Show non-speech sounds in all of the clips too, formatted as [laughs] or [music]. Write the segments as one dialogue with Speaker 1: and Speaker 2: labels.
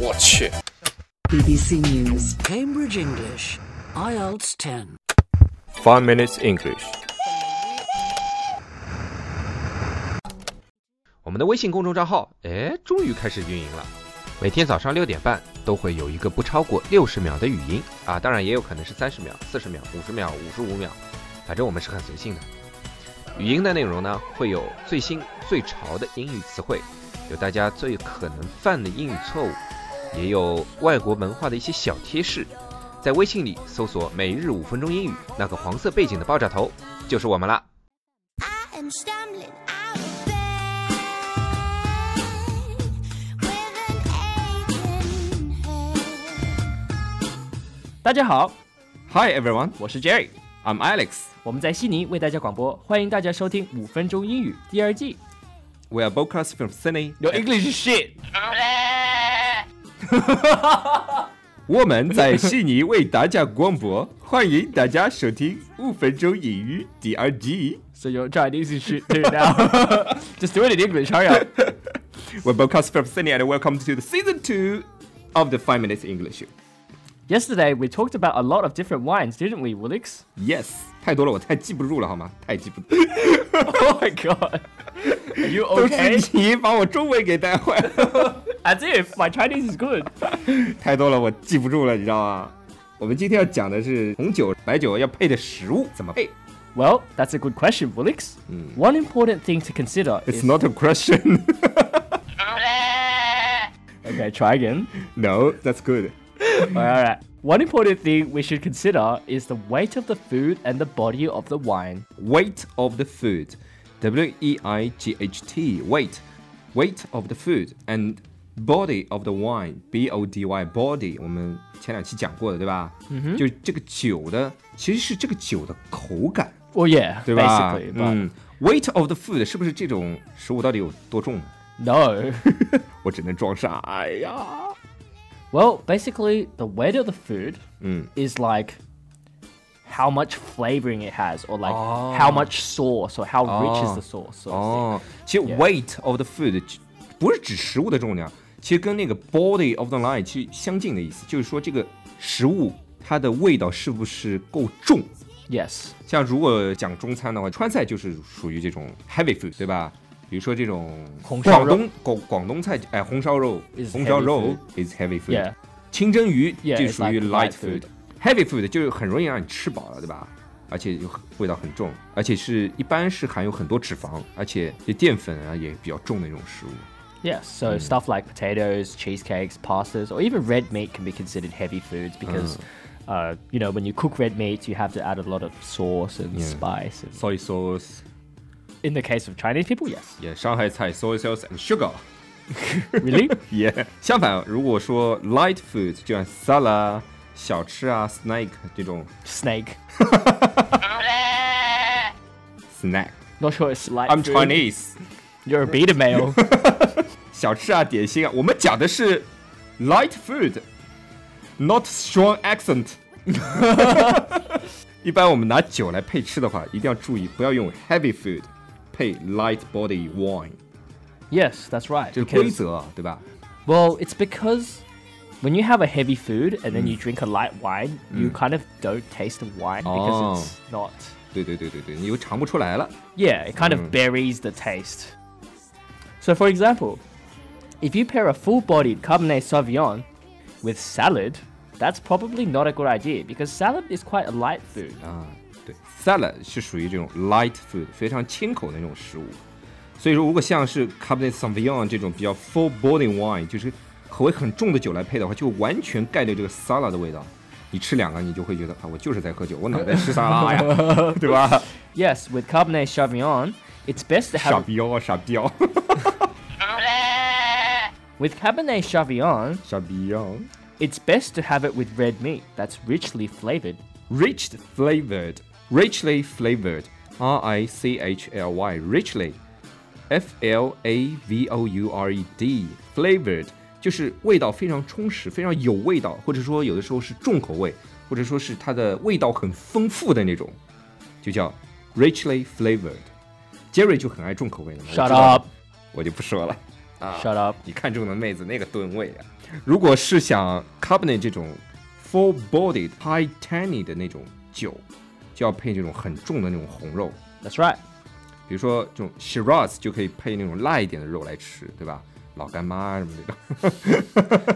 Speaker 1: 我去，
Speaker 2: BBC News.
Speaker 3: Cambridge English, IELTS 10.
Speaker 4: Five minutes English。
Speaker 5: 我们的微信公众账号，哎，终于开始运营了。每天早上六点半都会有一个不超过六十秒的语音啊，当然也有可能是三十秒、四十秒、五十秒、五十五秒，反正我们是很随性的。语音的内容呢，会有最新最潮的英语词汇，有大家最可能犯的英语错误，也有外国文化的一些小贴士。在微信里搜索“每日五分钟英语”，那个黄色背景的爆炸头就是我们啦。
Speaker 6: I am stumbling out of bed with an aching head.
Speaker 7: 大家好，
Speaker 4: Hi everyone,
Speaker 7: 我是 Jerry，
Speaker 4: I'm Alex.
Speaker 7: 我们在悉尼为大家广播，欢迎大家收听五分钟英语第二季。
Speaker 4: We are broadcast from Sydney.
Speaker 7: Your English is shit。
Speaker 4: [laughs] 我们在悉尼为大家广播， [laughs] 欢迎大家收听五分钟英语第二季。
Speaker 7: So your Chinese is shit too now. [laughs] Just do it in English, hurry [laughs] up.
Speaker 4: We are broadcast from Sydney and welcome to the season two of the Five Minutes English.
Speaker 7: Yesterday we talked about a lot of different wines, didn't we, Woolix?
Speaker 4: Yes，太多了，我太记不住了，好吗？太记不住，
Speaker 7: [laughs] Oh my god. Are [laughs] you
Speaker 4: [laughs] 都
Speaker 7: okay?
Speaker 4: 是你把我中文给带坏 [laughs] 了。
Speaker 7: As if my Chinese is good.
Speaker 4: 太多了，我记不住了，你知道吗？我们今天要讲的是红酒、白酒要配的食物怎么配。
Speaker 7: Well, that's a good question, Woolix. One important thing to consider
Speaker 4: It's
Speaker 7: is
Speaker 4: not a question.
Speaker 7: [laughs]
Speaker 4: [laughs]
Speaker 7: okay. Try again.
Speaker 4: no, that's good.
Speaker 7: All right, all right. One important thing we should consider is the weight of the food and the body of the wine.
Speaker 4: Weight of the food, W E I G H T. Weight, weight of the food and body of the wine, B O D Y. Body，我们前两期讲过的，对吧？嗯哼，就是这个酒的，其实是这个酒的口感，
Speaker 7: Well, yeah,
Speaker 4: 对吧
Speaker 7: basically. But
Speaker 4: 嗯，weight of the food 是不是这种食物到底有多重呢？
Speaker 7: no. [laughs]
Speaker 4: 我只能装傻。哎呀，
Speaker 7: well, basically, the weight of the food
Speaker 4: Mm.
Speaker 7: is like how much flavoring it has, or like
Speaker 4: Ah.
Speaker 7: how much sauce, or how rich
Speaker 4: Oh.
Speaker 7: is the sauce. Sort of thing.
Speaker 4: 哦，其实 weight of the food 只不是指食物的重量，其实跟那个 body of the line 其实相近的意思，就是说这个食物它的味道是不是够重。
Speaker 7: Yes.
Speaker 4: 像如果讲中餐的话，川菜就是属于这种 heavy food，对吧？比如说这种
Speaker 7: 红烧
Speaker 4: 广
Speaker 7: 肉
Speaker 4: 东广广东菜，哎，红烧肉
Speaker 7: Is，
Speaker 4: 红烧
Speaker 7: heavy
Speaker 4: 肉 is heavy food。
Speaker 7: Yeah.
Speaker 4: 清蒸鱼
Speaker 7: Yeah,
Speaker 4: 就属于
Speaker 7: it's
Speaker 4: light
Speaker 7: like light
Speaker 4: food
Speaker 7: food.。
Speaker 4: heavy food 就是很容易让你吃饱了，对吧？而且就很味道很重，而且是一般是含有很多脂肪，而且这淀粉啊也比较重的那种食物。
Speaker 7: Yes.
Speaker 4: Mm.
Speaker 7: So stuff like potatoes, cheesecakes, pastas, or even red meat can be considered heavy foods because.
Speaker 4: Ah.
Speaker 7: Uh, you know, when you cook red meat, you have to add a lot of sauce and
Speaker 4: Yeah.
Speaker 7: spice. And
Speaker 4: Soy sauce，
Speaker 7: In the case of Chinese people, yes.
Speaker 4: 也上海菜 soy sauce and
Speaker 7: [laughs]
Speaker 4: sugar。 [laughs]
Speaker 7: Really?
Speaker 4: 也、相反，如果说 light food，就像 salad、小吃啊、snack 这种
Speaker 7: Snake.
Speaker 4: snack。
Speaker 7: Not sure it's like.
Speaker 4: I'm
Speaker 7: food.
Speaker 4: Chinese。
Speaker 7: You're a
Speaker 4: [laughs]
Speaker 7: beta male.
Speaker 4: 小吃啊、点心啊，我们讲的是 light food，not strong accent。一般我们拿酒来配吃的话，一定要注意不要用 heavy food 配 light body wine，
Speaker 7: yes, that's right.
Speaker 4: 这是
Speaker 7: because-
Speaker 4: 规则啊，对吧？
Speaker 7: well, it's because when you have a heavy food and then you drink a light wine, you kind of don't taste the wine because it's not.
Speaker 4: 对对对对对，你又尝不出来了。
Speaker 7: Yeah, it kind of buries the taste. So, for example, if you pair a full bodied Cabernet Sauvignon with salad, that's probably not a good idea because salad is quite a light food.
Speaker 4: 对，salad 是属于这种 light food，非常清口的那种食物。所以说，如果像是 Cabernet Sauvignon 这种比较 full body wine，就是口味很重的酒来配的话，就完全盖掉这个 salad 的味道。你吃两个，你就会觉得啊，我就是在喝酒，我哪在吃沙拉呀， [laughs] 对吧？
Speaker 7: Yes, with Cabernet Sauvignon, it's best to
Speaker 4: 傻
Speaker 7: have
Speaker 4: 逼哦，傻逼哦，
Speaker 7: with Cabernet Sauvignon,
Speaker 4: [laughs] 傻逼哦。
Speaker 7: it's best to have it with red meat that's richly flavored.
Speaker 4: Rich flavored, richly flavored, R I C H L Y, richly, F L A V O U R E D, flavored 就是味道非常充实，非常有味道，或者说有的时候是重口味，或者说是它的味道很丰富的那种，就叫 richly flavored。Jerry 就很爱重口味的嘛，我
Speaker 7: Shut
Speaker 4: 知道
Speaker 7: up.
Speaker 4: 我就不说了。啊。
Speaker 7: Shut up.
Speaker 4: 你看中的妹子那个吨位啊！如果是想 Cabernet 这种 full bodied high tannin 的那种酒，就要配这种很重的那种红肉，
Speaker 7: That's right.
Speaker 4: 比如说这种 Shiraz 就可以配那种辣一点的肉来吃，对吧？老干妈啊什么那种，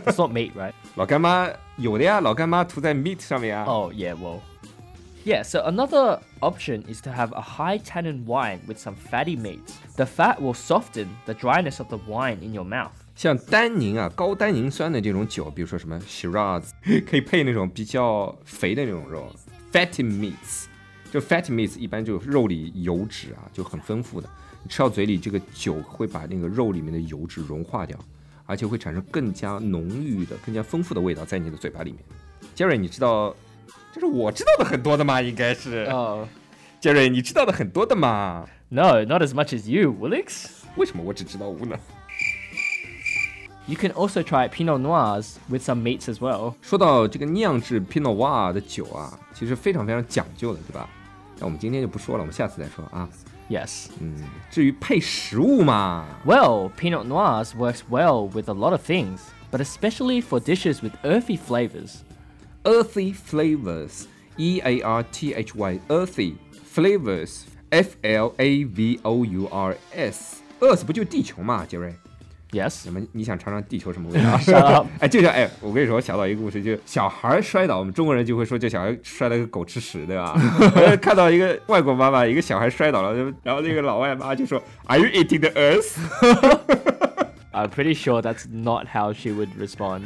Speaker 7: It's not meat, right?
Speaker 4: 老干妈有的呀，老干妈涂在 meat 上面啊。
Speaker 7: Oh, yeah, well. Yeah, so another option is to have a high tannin wine with some fatty meats. The fat will soften the dryness of the wine in your mouth.
Speaker 4: 像单宁啊、高单宁酸的这种酒，比如说什么 Shiraz，可 [laughs] 以配那种比较肥的那种肉，fatty meats。就 fat meats 一般就是肉里油脂啊，就很丰富的。你吃到嘴里，这个酒会把那个肉里面的油脂融化掉，而且会产生更加浓郁的、更加丰富的味道在你的嘴巴里面。杰瑞，你知道，这是我知道的很多的吗？应该是
Speaker 7: Oh.
Speaker 4: 杰瑞，你知道的很多的吗？
Speaker 7: No, not as much as you, Willix.
Speaker 4: 为什么我只知道无呢？
Speaker 7: You can also try Pinot Noirs with some meats as well.
Speaker 4: 说到这个酿制 Pinot Noir 的酒啊，其实非常非常讲究的，对吧？那我们今天就不说了，我们下次再说啊。
Speaker 7: Yes.
Speaker 4: 嗯，至于配食物嘛，
Speaker 7: Well, Pinot Noirs works well with a lot of things, but especially for dishes with earthy flavors.
Speaker 4: earthy flavors E A R T H Y earthy flavors F L A V O U R S Earth 不就地球嘛，杰瑞？
Speaker 7: Yes.
Speaker 4: 怎么你想尝尝地球什么味
Speaker 7: [laughs]
Speaker 4: 道？ [laughs]
Speaker 7: Shut up.
Speaker 4: 哎，就像哎，我跟你说，我想到一个故事，就小孩儿摔倒，我们中国人就会说这小孩摔了个狗吃屎，对吧？ [laughs] 我看到一个外国妈妈，一个小孩摔倒了，就然后那个老外妈就说：“Are you eating the earth？”
Speaker 7: I'm pretty sure that's not how she would [laughs] respond.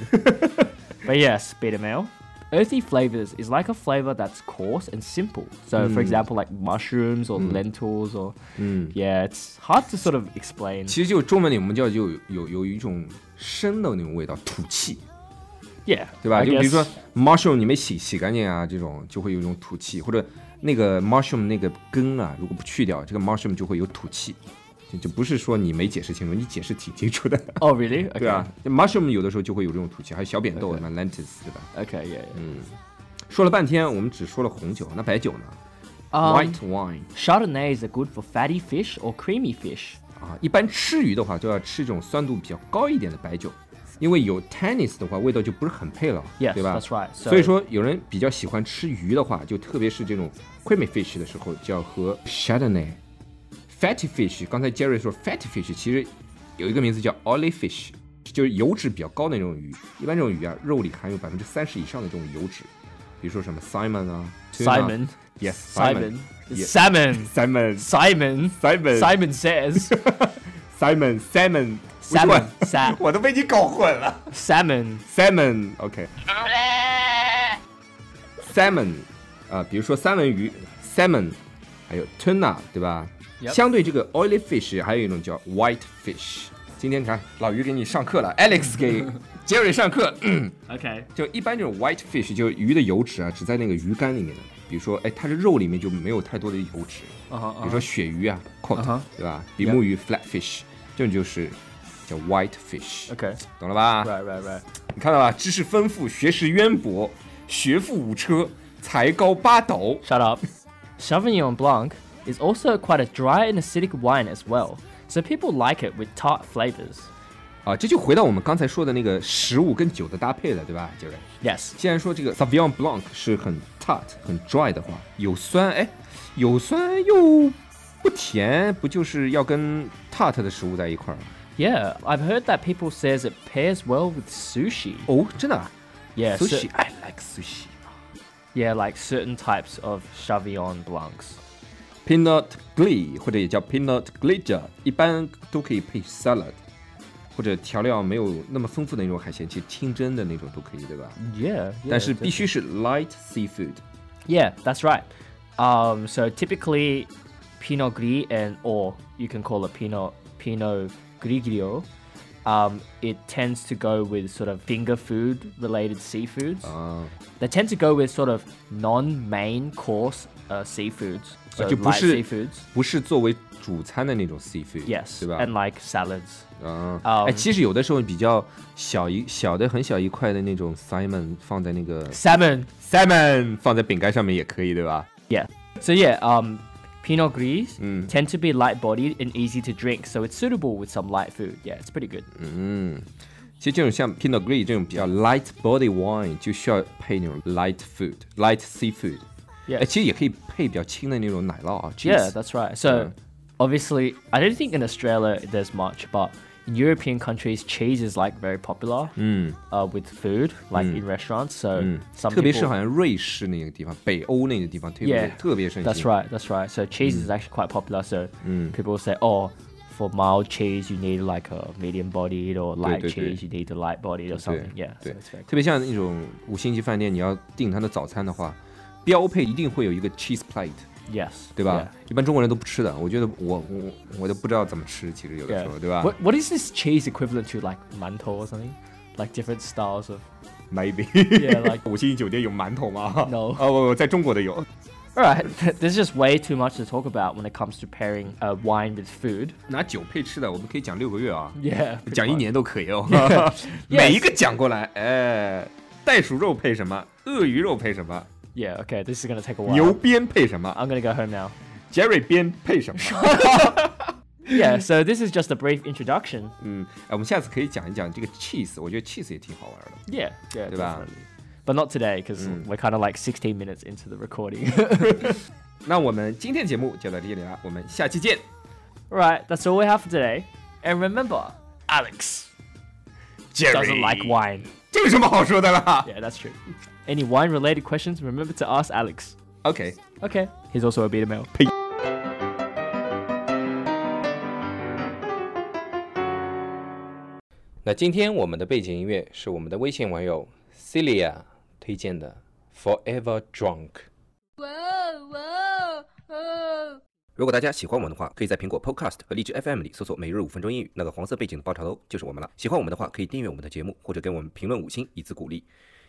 Speaker 7: but yes, beta male. Earthy flavors is like a flavor that's coarse and simple. So, for example, like mushrooms or lentils, or yeah, it's hard to sort of explain.
Speaker 4: 其实就中文里我们叫就有有有一种生的那种味道，土气，
Speaker 7: Yeah,
Speaker 4: 对吧？
Speaker 7: I
Speaker 4: 就比如
Speaker 7: guess-
Speaker 4: 说 mushroom 你没洗洗干净啊，这种就会有一种土气，或者那个 mushroom 那个根啊，如果不去掉，这个 mushroom 就会有土气。就就不是说你没解释清楚，你解释挺清楚的。
Speaker 7: [laughs] Oh, really? Okay.
Speaker 4: 对啊这，mushroom 有的时候就会有这种土气，还有小扁豆，什么 lentils，对吧？
Speaker 7: Okay. Yeah. yeah.
Speaker 4: 说了半天，我们只说了红酒，那白酒呢、w
Speaker 7: Um,
Speaker 4: h i t e wine
Speaker 7: Chardonnays are good for fatty fish or creamy fish.
Speaker 4: 啊，一般吃鱼的话就要吃这种酸度比较高一点的白酒，因为有 tannis 的话味道就不是很配了
Speaker 7: Yes,
Speaker 4: 对吧
Speaker 7: that's right. So-
Speaker 4: 所以说有人比较喜欢吃鱼的话，就特别是这种 creamy fish 的时候，就要喝 chardonnay。fatty fish，刚才 Jerry 说 fatty fish，其实有一个名字叫 oily fish，就是油脂比较高的那种鱼。一般这种鱼啊，肉里含有百分之三十以上的这种油脂，比如说什么 Simon 啊
Speaker 7: Simon.
Speaker 4: yes
Speaker 7: Simon.
Speaker 4: Yeah.
Speaker 7: Salmon.
Speaker 4: Simon
Speaker 7: Simon.
Speaker 4: Simon
Speaker 7: Simon [laughs] says
Speaker 4: Simon Salmon 不是
Speaker 7: Salmon.
Speaker 4: 我
Speaker 7: Sa-
Speaker 4: 我都被你搞混了。
Speaker 7: salmon.
Speaker 4: Salmon OK Salmon 啊、比如说三文鱼 Salmon，还有 Tuna 对吧
Speaker 7: Yep
Speaker 4: 相对这个 oily fish 还有一种叫 white fish。今天你看老于给你上课了，Alex [laughs] 给 Jerry 上课。嗯
Speaker 7: Okay.
Speaker 4: 就一般这种 white fish 就是鱼的油脂啊，只在那个鱼干里面的。比如说，哎，它是肉里面就没有太多的油脂。
Speaker 7: Uh huh.
Speaker 4: 比如说鳕鱼啊 c o t
Speaker 7: 嗯哼
Speaker 4: 对吧？比目鱼 flat fish，这种就是叫 white fish。
Speaker 7: Okay.
Speaker 4: 懂了
Speaker 7: [laughs]
Speaker 4: 吧？
Speaker 7: Right. Right. Right.
Speaker 4: 你看到吧？知识丰富，学识渊博，学富五车，才高八斗。
Speaker 7: Shut up. Sauvignon Blanc is also quite a dry and acidic wine as well, so people like it with tart flavors.
Speaker 4: 啊，这就回到我们刚才说的那个食物跟酒的搭配了，对吧，杰瑞？
Speaker 7: Yes.
Speaker 4: 既然说这个 Sauvignon Blanc 是很 tart、很 dry 的话，有酸，哎，有酸又不甜，不就是要跟 tart 的食物在一块儿吗？
Speaker 7: Yeah, I've heard that people says it pairs well with sushi.
Speaker 4: 哦，真的啊
Speaker 7: Yeah, so-
Speaker 4: I like sushi.
Speaker 7: yeah, like certain types of Sauvignon Blancs.
Speaker 4: Peanut glee 或者也叫 peanut glitter，一般都可以配 salad，或者调料没有那么丰富的那种海鲜，其实清蒸的那种都可以，对吧？
Speaker 7: Yeah.
Speaker 4: 但是必须是 light seafood。
Speaker 7: Yeah, that's right. Um, so typically, Pinot Gris and or you can call it Pinot Pinot Grigio. Um, it tends to go with sort of finger food related seafoods.
Speaker 4: 啊，
Speaker 7: They tend to go with sort of non-main course uh, seafoods, so
Speaker 4: 就
Speaker 7: light
Speaker 4: 不是
Speaker 7: seafoods.
Speaker 4: 不是作为主餐的那种 seafood，
Speaker 7: Yes,
Speaker 4: 对吧？
Speaker 7: and um， like salads.
Speaker 4: 啊，哎，其实有的时候比较小一小的很小一块的那种 salmon 放在那个
Speaker 7: Salmon.
Speaker 4: salmon 放在饼干上面也可以，对吧？
Speaker 7: Yeah. So yeah, um, Pinot Gris tend to be light bodied and easy to drink, so it's suitable with some light food. Yeah, it's pretty good.
Speaker 4: 其实这种像 Pinot Gris 这种比较 light body wine 就需要配那种 light food、light seafood。
Speaker 7: Yeah.
Speaker 4: 哎，其实也可以配比较轻的那种奶酪啊。
Speaker 7: Yeah,
Speaker 4: cheese
Speaker 7: that's right. So, obviously, I don't think in Australia there's much, but in European countries, cheese is like very popular uh, with food, like in restaurants. So, some
Speaker 4: 特别是
Speaker 7: people,
Speaker 4: 好像瑞士那个地方，北欧那个地方特别
Speaker 7: Yeah,
Speaker 4: 特别盛行。
Speaker 7: That's right, that's right. So cheese is actually quite popular. So people say, oh, for mild cheese you need like a medium bodied, or light
Speaker 4: 对，对，对。
Speaker 7: cheese you need a light bodied
Speaker 4: 对
Speaker 7: or something. Yeah, so
Speaker 4: 对
Speaker 7: it's，very
Speaker 4: 特别像那种五星级饭店，你要订它的早餐的话，标配一定会有一个 cheese plate，
Speaker 7: cool. Yes.
Speaker 4: 对吧？一般中国人都不吃的，我觉得我我我都不知道怎么吃，其实有
Speaker 7: Yeah.
Speaker 4: 的时
Speaker 7: yeah.
Speaker 4: 候，对吧
Speaker 7: What, what is this cheese equivalent to, like mantou or something? Like different styles of. [laughs]
Speaker 4: ？Maybe。
Speaker 7: Yeah, like.
Speaker 4: [laughs] 五星级酒店有馒头吗
Speaker 7: No
Speaker 4: 哦，不不，在中国的有。
Speaker 7: Alright, [laughs] there's just way too much to talk about when it comes to pairing uh, wine with food.
Speaker 4: 拿酒配吃的，我们可以讲六个月
Speaker 5: 嗯
Speaker 4: 啊
Speaker 7: Yeah. [laughs] pretty
Speaker 4: 讲一
Speaker 7: much.，
Speaker 4: 年都可
Speaker 5: [laughs]
Speaker 4: 以哦 [laughs] 每一个讲过来，哎，袋鼠肉配什么？鳄鱼肉配什么？
Speaker 7: Yeah, okay, this is gonna take a while.
Speaker 4: 牛鞭配什么
Speaker 7: I'm gonna go home now.
Speaker 4: ？Jerry 鞭配什么？
Speaker 7: Yeah, so this is just a brief introduction.
Speaker 4: 嗯，哎，我们下次可以讲一讲这个 cheese，我觉得 cheese 也挺好玩的。
Speaker 7: Yeah, yeah,
Speaker 4: Goodbye.
Speaker 7: definitely. But not today because we're kind of like 16 minutes into the recording. [laughs]
Speaker 4: 那我们今天节目就到这里了，我们下期见。
Speaker 7: right, that's all we have for today. And remember, Alex
Speaker 4: Jerry
Speaker 7: doesn't like wine.
Speaker 4: 这有什么好说的啦
Speaker 7: Yeah, that's true. Any wine related questions, remember to ask Alex.
Speaker 4: ？OK，
Speaker 7: Okay, he's also a beta male.
Speaker 5: 那今天我们的背景音乐是我们的微信网友 Celia 推荐的《Forever Drunk》。
Speaker 6: Whoa, whoa, whoa.
Speaker 5: 如果大家喜欢我们的话，可以在苹果 Podcast 和荔枝 FM 里搜索“每日五分钟英语”，那个黄色背景的爆炒头就是我们了。喜欢我们的话，可以订阅我们的节目，或者给我们评论五星以资鼓励。